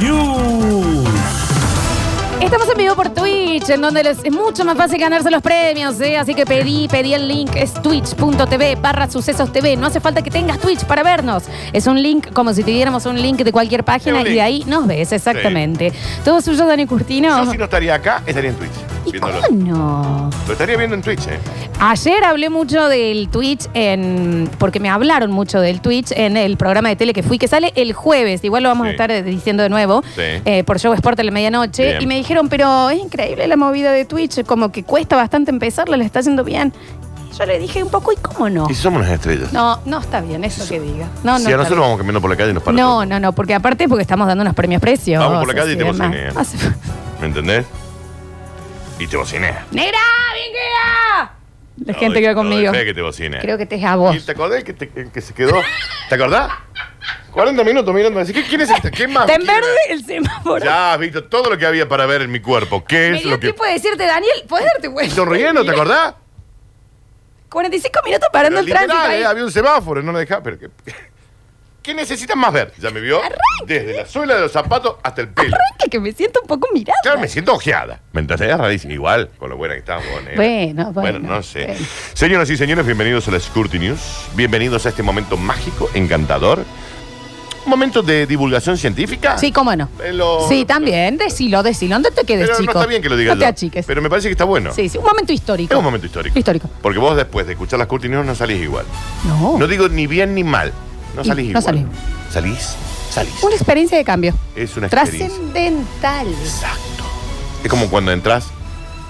News. Estamos en vivo por Twitch, en donde les- es mucho más fácil ganarse los premios, ¿eh? así que pedí, pedí el link, es twitch.tv barra sucesos TV, no hace falta que tengas Twitch para vernos, es un link como si tuviéramos un link de cualquier página Es un y de ahí link. nos ves, exactamente. Todo suyo, Dani Curtino. Yo si no estaría acá, estaría en Twitch. ¿Y viéndolo. cómo no? Lo estaría viendo en Twitch, ¿eh? Ayer hablé mucho del Twitch en. porque me hablaron mucho del Twitch en el programa de tele que fui, que sale el jueves. Igual lo vamos a Sí. estar diciendo de nuevo Sí. eh, por Show Sport a la medianoche. Bien. Y me dijeron, pero es increíble la movida de Twitch, como que cuesta bastante empezarla, le está yendo bien. Yo le dije un poco, ¿y cómo no? Y si somos unas estrellas. No, no está bien eso que diga. No, no. si está a nosotros bien. vamos caminando por la calle y nos paran. no, no, no, porque aparte es porque estamos dando unos premios precios. Vamos por la calle y te demás. bocinean. Hace- todos. ¿Me entendés? Y te bociné. ¡Negra! ¡Bien queda! La gente que que va conmigo. que te bociné. Creo que te es a vos. ¿Y te acordás que, te- que se quedó? ¿Te acordás? 40 minutos mirando. Así, ¿qué- ¿Quién es este? ¿Qué más? Está en quiere? verde el semáforo. Ya has visto todo lo que había para ver en mi cuerpo. ¿Qué Me es dio lo que.? tiempo de decirte, Daniel, ¿puedes darte vuelta? Sonriendo, ¿te acordás? 45 minutos parando Pero el tránsito. literal, ahí. eh, había un semáforo, no lo dejaba. Pero que- ¿Qué necesitas más ver? Ya me vio. Desde la suela de los zapatos hasta el pelo. Arranca, que me siento un poco mirada. Claro, me siento ojeada. Me entendés, rarísimo. Igual, con lo buena que estás, vos, nena. Bueno, bueno, Bueno, no sé. bueno. Señoras y señores, bienvenidos a la Scurty News. Bienvenidos a este momento mágico, encantador. Un momento de divulgación científica. Sí, cómo no. Pero- Sí, también, decilo, decilo. ¿Dónde te quedes, Eh, Pero chico? no está bien que lo digas No te yo. achiques. Pero me parece que está bueno. Sí, sí, un momento histórico. Es un momento histórico. Histórico. Porque vos después de escuchar las Scurty News no salís igual. No. No digo ni bien ni mal. No Uh. Y salís no igual. salís. Salís. Salís. Una experiencia de cambio. Es una experiencia. Trascendental. Exacto. Es como cuando entras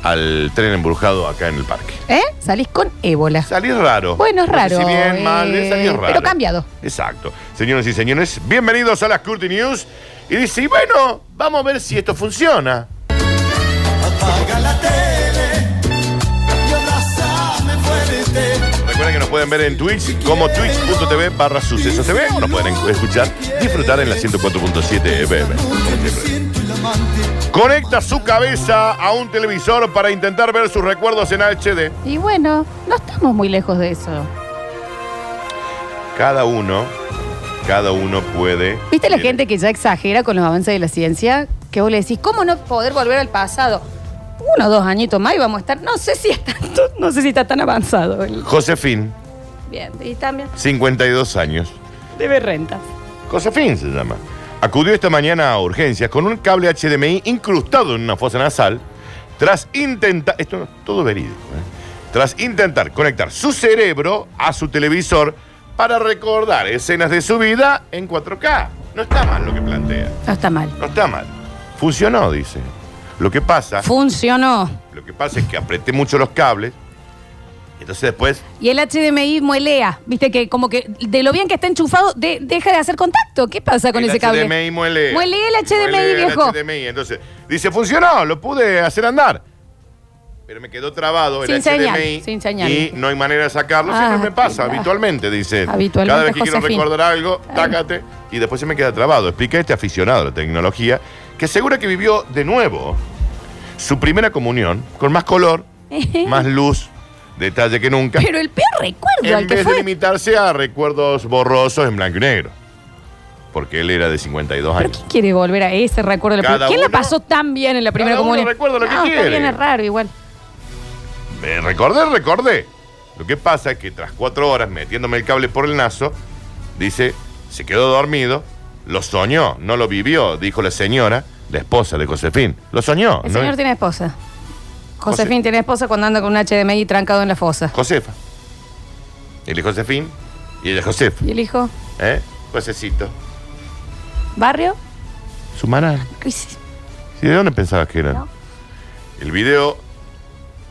al tren embrujado acá en el parque. ¿Eh? Salís con ébola. Salís raro. Bueno, es No sé raro, si bien, eh, mal, eh, salís raro. pero cambiado. Exacto. Señoras y señores, bienvenidos a las Curti News. Y dice, y bueno, vamos a ver si esto funciona. Apaga la tele y abrázame fuerte. Recuerden que nos pueden ver en Twitch como twitch.tv barra sucesos TV. Nos pueden escuchar, disfrutar en la 104.7 FM. Porque me siento el amante. Conecta su cabeza a un televisor para intentar ver sus recuerdos en HD. Y bueno, no estamos muy lejos de eso. Cada uno, cada uno puede. ¿Viste la tiene- gente que ya exagera con los avances de la ciencia? Que vos le decís, ¿cómo no poder volver al pasado? Uno o dos añitos más y vamos a estar. No sé si es tanto, no sé si está tan avanzado. el- Josefín, Bien, y también 52 años. debe rentas. Josefín se llama. Acudió esta mañana a urgencias con un cable HDMI incrustado en una fosa nasal tras intentar. Esto no- todo verídico. ¿eh? Tras intentar conectar su cerebro a su televisor para recordar escenas de su vida en 4K. No está mal lo que plantea. No está mal. No está mal. Funcionó, dice. Lo que pasa, Funcionó. lo que pasa es que apreté mucho los cables. Entonces después Y el HDMI muelea. Viste que como que de lo bien que está enchufado, de- deja de hacer contacto. ¿Qué pasa con el ese cable? HDMI muele. Muele el HDMI, Muele el viejo. HDMI. Entonces, dice, funcionó, lo pude hacer andar. Pero me quedó trabado el Sin señal, HDMI. sin señal. Y no hay manera de sacarlo. Ah, Siempre me pasa, mira. habitualmente, dice. él. Habitualmente, Cada vez que Josefín. quiero recordar algo, tácate. Y después se me queda trabado. Explica este aficionado a la tecnología que asegura que vivió de nuevo su primera comunión con más color, más luz, detalle que nunca. Pero el peor recuerdo al En que vez de fue. limitarse a recuerdos borrosos en blanco y negro. Porque él era de 52 ¿Pero años. quién quiere volver a ese recuerdo? de la Cada prim- ¿Quién la uno- pasó tan bien en la primera cada uno comunión? recuerda lo que no, Está quiere. bien, es raro igual. Eh, recordé, recordé. Lo que pasa es que tras cuatro horas metiéndome el cable por el naso, dice, se quedó dormido, lo soñó, no lo vivió, dijo la señora, la esposa de Josefín. Lo soñó. El ¿no? señor tiene esposa. José- Josefín tiene esposa cuando anda con un HDMI trancado en la fosa. Josefa. Él es Josefín y ella es Josefa. ¿Y el hijo? ¿Eh? Josecito. ¿Barrio? Su maná. Crisis. Sí, ¿De dónde pensabas que eran? No. El video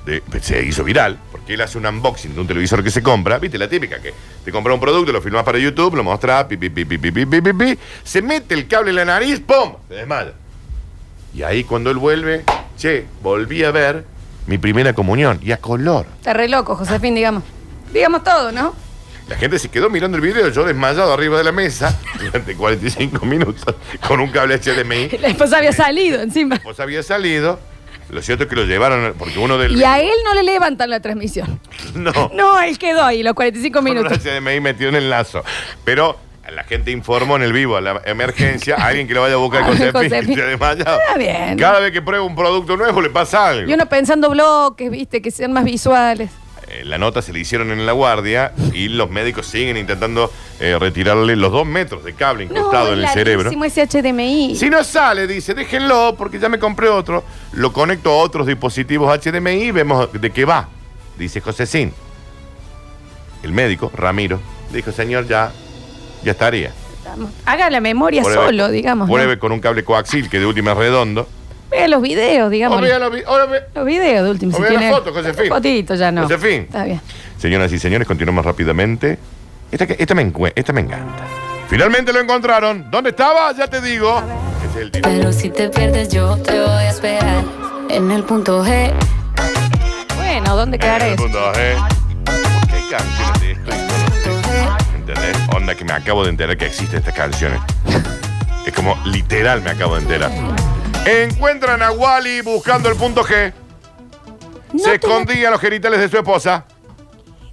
de- pues, se hizo viral porque él hace un unboxing de un televisor que se compra. ¿Viste? La típica que te compra un producto, lo filmas para YouTube, lo mostrás, pi, pi, pi, pi, pi, pi, pi, pi, pi, se mete el cable en la nariz, ¡pum! Se desmaya. Y ahí cuando él vuelve, che, volví a ver mi primera comunión y a color. Está re loco, Josefín, digamos. Digamos todo, ¿no? La gente se quedó mirando el video, yo desmayado arriba de la mesa durante 45 minutos con un cable HDMI. La esposa había salido encima. Pues había salido. Lo cierto es que lo llevaron porque uno del. Y a él no le levantan la transmisión. No, No, él quedó ahí los 45 con un minutos. HDMI metido en el lazo. Pero la gente informó en el vivo a la emergencia a alguien que lo vaya a buscar Con con Cepín. Cepín. Se ha desmayado. Está bien. Cada vez que prueba un producto nuevo le pasa algo. Y uno pensando bloques, viste, que sean más visuales. Eh, la nota se le hicieron en la guardia y los médicos siguen intentando eh, retirarle los dos metros de cable incrustado en el es cerebro. larguísimo ese HDMI. Si no sale, dice, déjenlo porque ya me compré otro. Lo conecto a otros dispositivos HDMI y vemos de qué va, dice José Sin. El médico, Ramiro, dijo, señor, ya, ya estaría. Estamos- Haga la memoria Pruebe- solo, digamos. ¿no? Pruebe con un cable coaxil que de última es redondo. Vea los videos, digamos. O vea la vi- ahora ve- Los videos de último. O si vea la tiene- foto, Josefín. Fotito ya no. Josefín. Está bien. Señoras y señores, continuamos rápidamente. Esta, que- esta, me, encue- esta me encanta. Finalmente lo encontraron. ¿Dónde estaba? Ya te digo. Es el tiro. Pero si te pierdes yo te voy a esperar en el punto G. Bueno, ¿dónde quedaré? El mundo, ¿eh? ¿Por qué hay canciones de esto? y no lo Punto G. sé? ¿Entendés? Onda que me acabo de enterar que existen estas canciones. Es como literal me acabo de enterar. Encuentran a Wally buscando el punto G. No Se te la- escondía en los genitales de su esposa.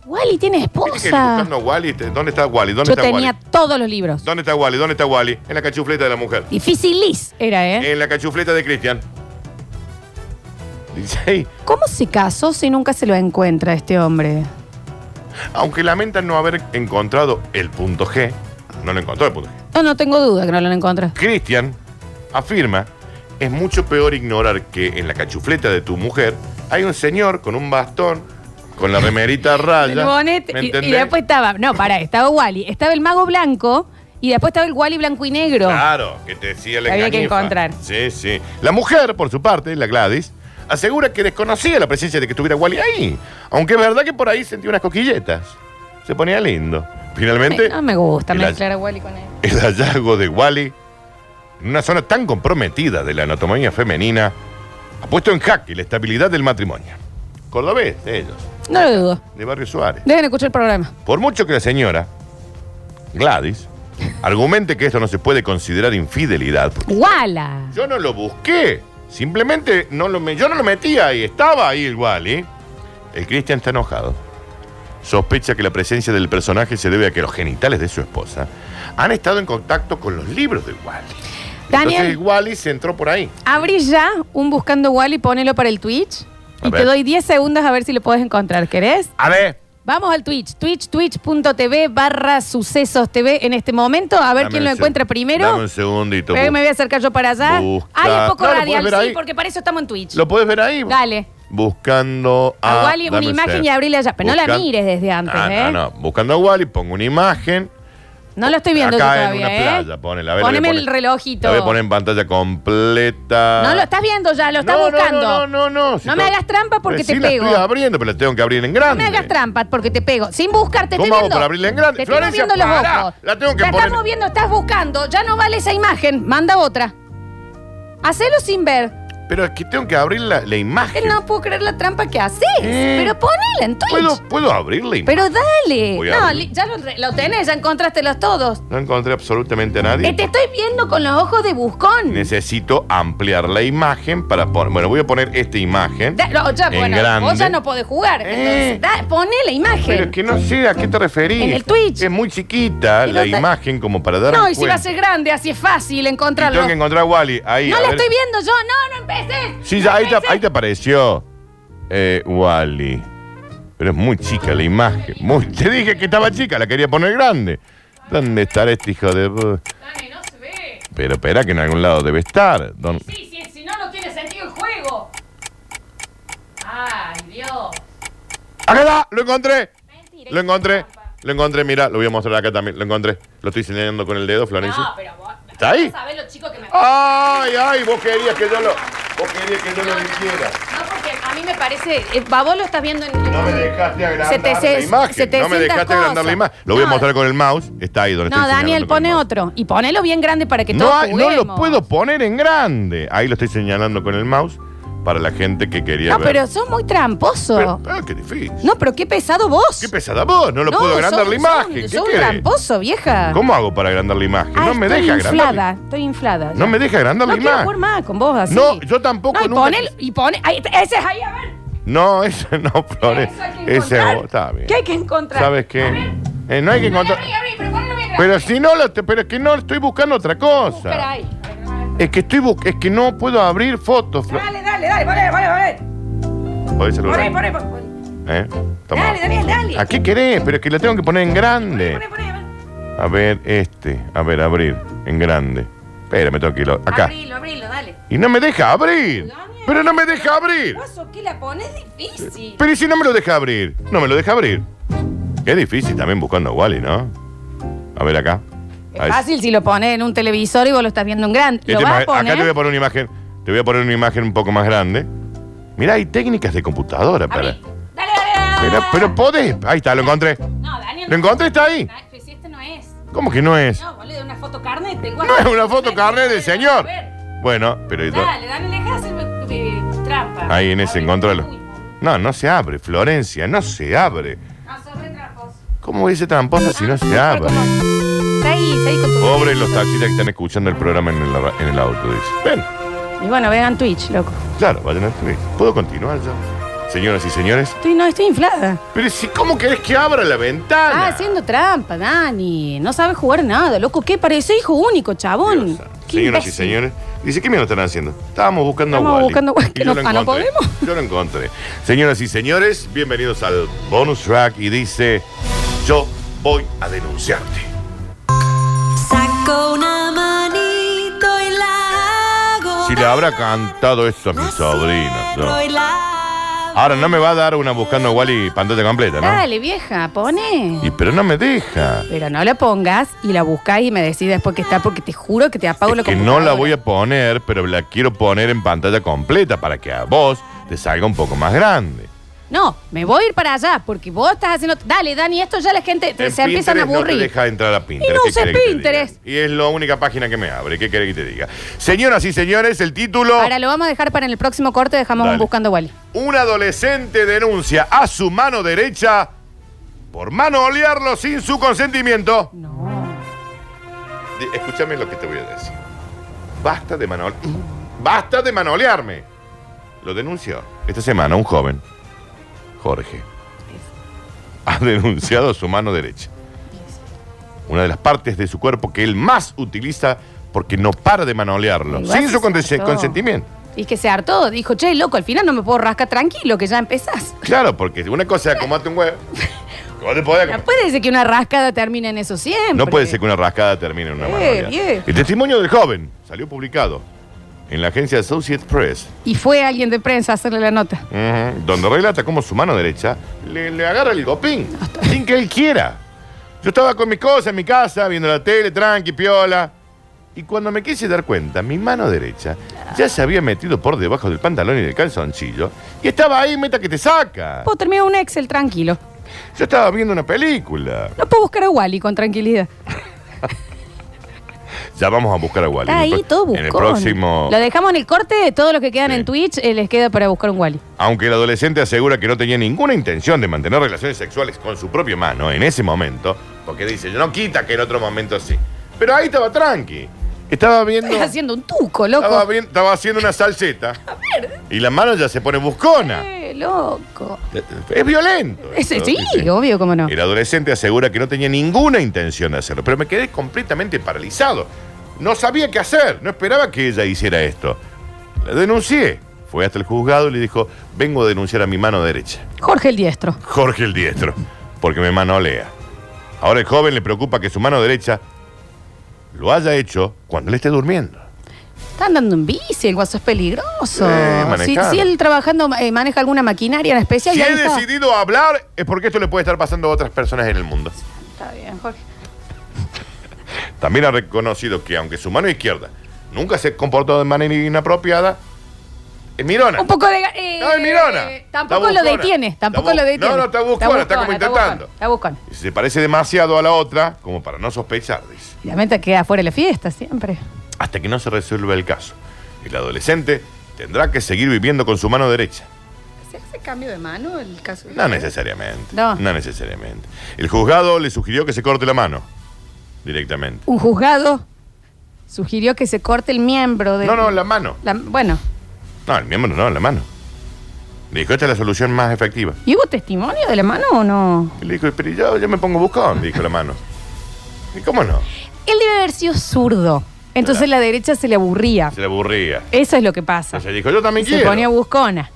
Wally tiene Viste que esposa. buscando a Wally, te- ¿dónde está Wally? ¿Dónde Yo está tenía Wally? todos los libros. ¿Dónde está Wally? ¿Dónde está Wally? En la cachufleta de la mujer. Dificilis era, ¿eh? En la cachufleta de Cristian. Dice ahí, ¿Cómo se casó si nunca se lo encuentra este hombre? aunque lamentan no haber encontrado el punto G, no lo encontró el punto G. No, no tengo duda que no lo encuentra. Cristian afirma, es mucho peor ignorar que en la cachufleta de tu mujer hay un señor con un bastón, con la remerita a El raya. bonete, Ah, ¿me y- y, entendés? después estaba, no, pará, estaba Wally, estaba el mago blanco y después estaba el Wally blanco y negro. Claro, que te decía la Había que enganifa. encontrar. Sí, sí. La mujer, por su parte, la Gladys, asegura que desconocía la presencia de que estuviera Wally ahí. Aunque es verdad que por ahí sentía unas coquilletas. Se ponía lindo. Finalmente, Me- no me gusta el, mezclar hall- a Wally con él. el hallazgo de Wally, en una zona tan comprometida de la anatomía femenina, ha puesto en jaque la estabilidad del matrimonio. Cordobés, de ellos, No lo dudo. de Barrio Suárez. Dejen escuchar el programa. Por mucho que la señora Gladys argumente que esto no se puede considerar infidelidad, porque ¡Wala! yo no lo busqué. Simplemente no lo me- yo no lo metía ahí. Estaba ahí el Wally. El Cristian está enojado. Sospecha que la presencia del personaje se debe a que los genitales de su esposa han estado en contacto con los libros de Wally. Daniel. Entonces el Wally se entró por ahí. Abrí ya un buscando Wally, ponelo para el Twitch. A Y ver. te doy 10 segundos a ver si lo puedes encontrar. ¿Querés? A ver. Vamos al Twitch, twitch, twitch.tv barra sucesos TV en este momento. A ver Dame quién un lo seg- encuentra primero. Dame un segundito. Pero me voy a acercar yo para allá. Busca- Hay un poco No, lo radial, podés ver sí, ahí. porque para eso estamos en Twitch. ¿Lo puedes ver ahí? Dale. Buscando a. A Wally, una dame un imagen seg- y abrirla ya, pero no la mires desde antes, Ah, ¿eh? No, no, Buscando a Wally, pongo una imagen. No lo estoy viendo Acá yo en todavía, una ¿eh? playa, ponela. A ver, la voy a Poneme poner- el relojito. La voy a poner en pantalla completa. No lo estás viendo ya, lo estás No, no, buscando. No, no, no. no. Si No me hagas trampa porque Recién te la pego. estoy abriendo, pero la tengo que abrir en No grande. me hagas trampa porque te pego. Sin buscar, te ¿Cómo estoy hago viendo. para abrirla en grande? Te estoy Florencia, moviendo los pará, ojos. la tengo que Te poner- estás moviendo, estás buscando. Ya no vale esa imagen. Manda otra. Hacelo sin ver. Pero es que tengo que abrir la, la imagen. No puedo creer la trampa que haces. Eh. Pero ponela en Twitch. ¿Puedo, ¿Puedo abrir la imagen? Pero dale. Voy a No, abrir. li- ya lo, lo tenés, ya encontraste los todos. No encontré absolutamente a Eh, nadie. te estoy viendo con los ojos de buscón. Necesito ampliar la imagen para poner. Bueno, voy a poner esta imagen. Da- no, ya, en bueno, grande. vos ya no podés jugar. Eh. Entonces, da- poné la Pero es imagen. que no sé a qué te referís. En el Twitch. Es muy chiquita Y la no te- imagen como para dar. No, y si va a ser grande, así es fácil encontrarlo. Tengo que encontrar a Wally. Ahí, No a la ver. estoy viendo yo, no, no empecé. Sí, No ya, ahí, te, empecé. ahí te apareció eh, Wally. Pero es muy chica la imagen. Muy, te dije que estaba chica, la quería poner grande. ¿Dónde estará este hijo de.? bu- Dani, no se ve. Pero espera, que en algún lado debe estar. Don- Sí, sí, si no, no tiene sentido el juego. Ay, Dios. ¡Acá está! ¡Lo encontré! Lo encontré. Lo encontré, mira, lo voy a mostrar acá también. Lo encontré. Lo estoy señalando con el dedo, Florencia. No, pero vos. ¿Está ahí? Ah, ¿Sabés lo chico que me.? ¡Ay, ay! Vos querías que yo lo. Vos querías que yo lo hiciera. No, porque a mí me parece. eh, Vos vos lo estás viendo en. No me dejaste agrandar Se te- la se- imagen. se te no me sientas dejaste agrandar la cosas. imagen. Lo voy a No. mostrar con el mouse. Está ahí donde No, estoy Daniel, señalando con el pone mouse. otro. Y ponelo bien grande para que No, todos hay- no lo juguemos. puedo poner en grande. Ahí lo estoy señalando con el mouse. para la gente que quería No, ver. pero sos muy tramposo. Pero, ah, qué difícil. no, pero qué pesado vos. Qué pesada vos, no lo No, puedo agrandar sos- la sos- imagen. ¿Qué Sos un querés? tramposo, vieja. ¿Cómo hago para agrandar la imagen? Ah, no me estoy deja inflada, agrandar. la- Estoy inflada. No me deja agrandar No la quiero imagen. jugar más con vos así. No, yo tampoco No, y nunca- pone, y pone, ahí, ese es ahí, a ver. No, ese no, Flores. Eso hay que e, Ese encontrar. vos, está bien. ¿Qué hay que encontrar? ¿Sabes qué? Eh, no hay que encontrar. Abrí, abrí, pero ponlo bien grande. Pero si no, lo te- pero es que no, estoy buscando otra Espera cosa. ahí. Es que estoy bu- es que no puedo abrir fotos. Flo- Dale, dale, dale, ponle, ponle, ponle. Podés celular. Poné, poné, poné. ¿Eh? Toma. Dale, Daniel, dale. ¿A qué querés? Pero es que lo tengo que poner en grande. Poné, poné, poné. A ver, este. A ver, abrir. En grande. Espera, me tengo que ir. lo- Acá. Abrilo, abrilo, dale. Y no me deja abrir. Daniel. Pero no me deja abrir. Guaso, ¿qué la pones difícil? Pero ¿y si no me lo deja abrir? No me lo deja abrir. Qué difícil también buscando a Wally, ¿no? A ver acá. Es A ver. fácil si lo pones en un televisor y vos lo estás viendo en grande. Lo vas Este más- a acá te voy a poner. poner una imagen. Te voy a poner una imagen un poco más grande. Mirá, hay técnicas de computadora para. Abrí. Dale, dale, dale. Mira, pero podés. Ahí está, lo encontré. No, Daniel. Lo encontré, está ahí. Ah, pero Si este no es. ¿Cómo que no es? No, boludo, una foto carnet. Tengo No es una foto carnet del señor. A ver. Bueno, pero Dale, dale, deja de hacerme eh, trampa. ahí en ese, Abre. encontralo. Uy, No, no se abre, Florencia, no se abre. No, sos re tramposo. ¿Cómo dice tramposa si no se Pero abre? como- Seguí, seguí con tu. Pobres los taxistas que están escuchando el programa en el, en el auto, dice. Ven, Y bueno, vean Twitch, loco. claro, vayan a Twitch. ¿Puedo continuar ya? Señoras y señores. Estoy, no, estoy inflada. Pero si, ¿cómo querés que abra la ventana? Ah, haciendo trampa, Dani. No sabe jugar nada, loco. ¿Qué? Parece hijo único, chabón. Diosa. Qué Señoras y imbécil. señores, dice, ¿qué me lo están haciendo? Estábamos buscando a Estábamos Wally. buscando a Wally, Y que yo no- lo ah, ¿no encontré. podemos? Yo lo encontré. Señoras y señores, bienvenidos al bonus track y dice, yo voy a denunciarte. Saco una manito y la hago. Si le habrá cantado esto a mis sobrinos. ¿no? Cierro y la abro. Ahora no me va a dar una buscando a Wally pantalla completa, ¿no? Dale, vieja, pone. Y pero no me deja. Pero no la pongas y la buscás y me decís después que está, porque te juro que te apago Es la que no la voy a poner, pero la quiero poner en pantalla completa para que a vos te salga un poco más grande. No, me voy a ir para allá, porque vos estás haciendo. Dale, Dani, esto ya la gente En se empiezan a Pinterest aburrir. No te deja entrar a Pinterest. Y no ¿qué usé querés que te diga? Pinterest. Y es la única página que me abre. ¿Qué querés que te diga? Señoras y señores, el título. Ahora lo vamos a dejar para en el próximo corte, dejamos Dale. un buscando Wally. Un adolescente denuncia a su mano derecha por manolearlo sin su consentimiento. No. Di- Escúchame lo que te voy a decir. Basta de manolear. Basta de manolearme. Lo denunció esta semana un joven, Jorge. Ha denunciado su mano derecha. Una de las partes de su cuerpo que él más utiliza porque no para de manolearlo. Igual Sin se su conte- saltó. consentimiento. Y que se hartó, dijo, che, loco, al final no me puedo rascar tranquilo, que ya empezás. Claro, porque una cosa es acomodarte un huevo. que vos te podés No acomodar. puede ser que una rascada termine en eso siempre. No puede ser que una rascada termine en una Eh, manoleada. bien. El testimonio del joven salió publicado en la agencia Associate Press. Y fue alguien de prensa a hacerle la nota. Ujú, donde relata cómo su mano derecha le, le agarra el gopín sin que él quiera. Yo estaba con mis cosas en mi casa, viendo la tele, tranqui, piola. Y cuando me quise dar cuenta, mi mano derecha ya se había metido por debajo del pantalón y del calzoncillo y estaba ahí, meta que te saca. Puedo terminar un Excel tranquilo. Yo estaba viendo una película. No puedo buscar a Wally con tranquilidad. Ya vamos a buscar a Wally. Está En el ahí pro- todo buscón. En el próximo. Lo dejamos en el corte, todos los que quedan Sí. en Twitch eh, les queda para buscar un Wally. Aunque el adolescente asegura que no tenía ninguna intención de mantener relaciones sexuales con su propia mano en ese momento, porque dice, no quita que en otro momento sí. Pero ahí estaba tranqui. Estaba viendo, Estoy haciendo un tuco, estaba, loco. bien- estaba haciendo una salseta. Y la mano ya se pone buscona. Eh, loco. Es violento. Eh. Ese- esto, sí, dice. obvio, cómo no. El adolescente asegura que no tenía ninguna intención de hacerlo, pero me quedé completamente paralizado. No sabía qué hacer, no esperaba que ella hiciera esto. La denuncié. Fue hasta el juzgado y le dijo, vengo a denunciar a mi mano derecha. Jorge el Diestro. Jorge el diestro, porque me manolea. Ahora el joven le preocupa que su mano derecha lo haya hecho cuando él esté durmiendo. Está andando en bici, el guaso es peligroso. Eh, si, manejando. si él trabajando eh, maneja alguna maquinaria en especial, Si y ahí he está. decidido hablar es porque esto le puede estar pasando a otras personas en el mundo. Está bien, Jorge. También ha reconocido que aunque su mano izquierda nunca se comportó de manera inapropiada, es mirona. Un poco de. ga- eh, No, es mirona. eh, Tampoco Está lo buscona. detiene. Tampoco Está lo bu- detiene. No, no, está buscona, está como intentando. Está buscando. Y Se parece demasiado a la otra como para no sospechar, dice. Y la meta queda fuera de la fiesta siempre. hasta que no se resuelva el caso. El adolescente tendrá que seguir viviendo con su mano derecha. ¿Se hace cambio de mano el caso? No necesariamente. No. necesariamente. El juzgado le sugirió que se corte la mano directamente. Un juzgado sugirió que se corte el miembro de. No, no, la mano. la- bueno, No, el miembro no, la mano. Le dijo, esta es la solución más efectiva. ¿y hubo testimonio de la mano o no? Y Le dijo, pero yo, yo me pongo buscón, dijo la mano. ¿Y cómo no? Él debe haber sido zurdo. Entonces la derecha se le aburría. Se le aburría. Eso es lo que pasa. Entonces dijo, yo también Ah. Se quiero. ponía buscona.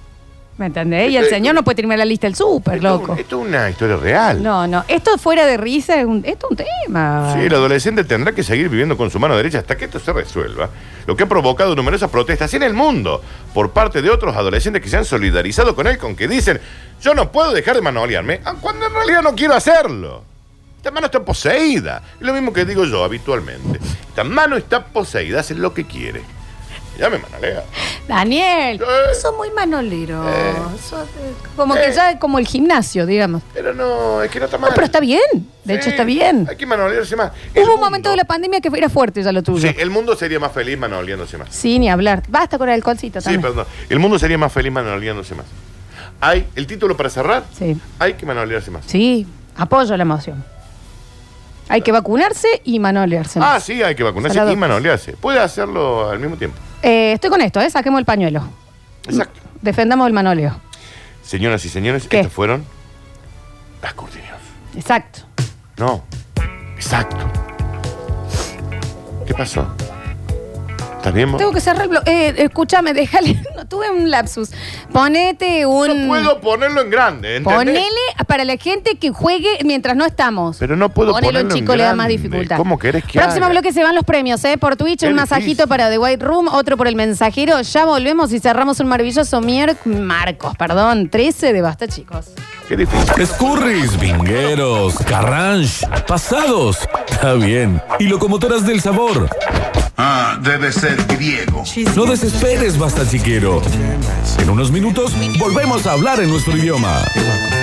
¿Me entendés? Y el Esto- señor no puede terminar la lista del súper, Esto es un- loco. Esto es una historia real. No, no. Esto fuera de risa es un, esto es un tema. Sí, el adolescente tendrá que seguir viviendo con su mano derecha hasta que esto se resuelva, lo que ha provocado numerosas protestas en el mundo por parte de otros adolescentes que se han solidarizado con él, con que dicen, yo no puedo dejar de manolearme, aun cuando en realidad no quiero hacerlo. Esta mano está poseída. Es lo mismo que digo yo habitualmente. Esta mano está poseída, hace lo que quiere. Ya me manolea. Daniel, Eh. sos muy manolero. Eh. Sos, eh, como que Eh. ya como el gimnasio, digamos. Pero no, es que no está mal. No, pero está bien. De hecho, Sí, está bien. Hay que manolearse más. Hubo El un mundo- momento de la pandemia que era fuerte ya lo tuyo. Sí, Sí, el mundo sería más feliz manoleándose más. ni hablar. Basta con el alcoholcito Sí, también. perdón. El mundo sería más feliz manoleándose más. Hay el título para cerrar. Sí. Hay que manolearse más. Sí, apoyo la emoción. Hay que vacunarse y manolearse. Ah, sí, hay que vacunarse Salado. y manolearse. Puede hacerlo al mismo tiempo. Eh, estoy con esto, ¿eh? Saquemos el pañuelo. Mm. Exacto. Defendamos el manoleo. Señoras y señores, ¿Qué? estas fueron las cortinas. Exacto. No. Exacto. ¿Qué pasó? ¿Estás bien? Mo? Tengo que cerrar el blog. Eh, escúchame, déjale. No tuve un lapsus. Ponete un. No puedo ponerlo en grande, ¿entendés? Ponele para la gente que juegue mientras no estamos. Pero no puedo Ponelo en ponerlo en chico, le da más grande. dificultad. ¿Cómo querés que Próximo haga? bloque se van los premios, ¿eh? Por Twitch, Qué un difícil. masajito para The White Room, otro por El Mensajero. Ya volvemos y cerramos un maravilloso miércoles. Marcos, perdón, 13 de basta, chicos. Qué difícil. Escurris, vingueros, carranche, pasados. Está bien. Y locomotoras del sabor. Ah, debe ser griego. No desesperes, basta chiquero. En unos minutos volvemos a hablar en nuestro idioma.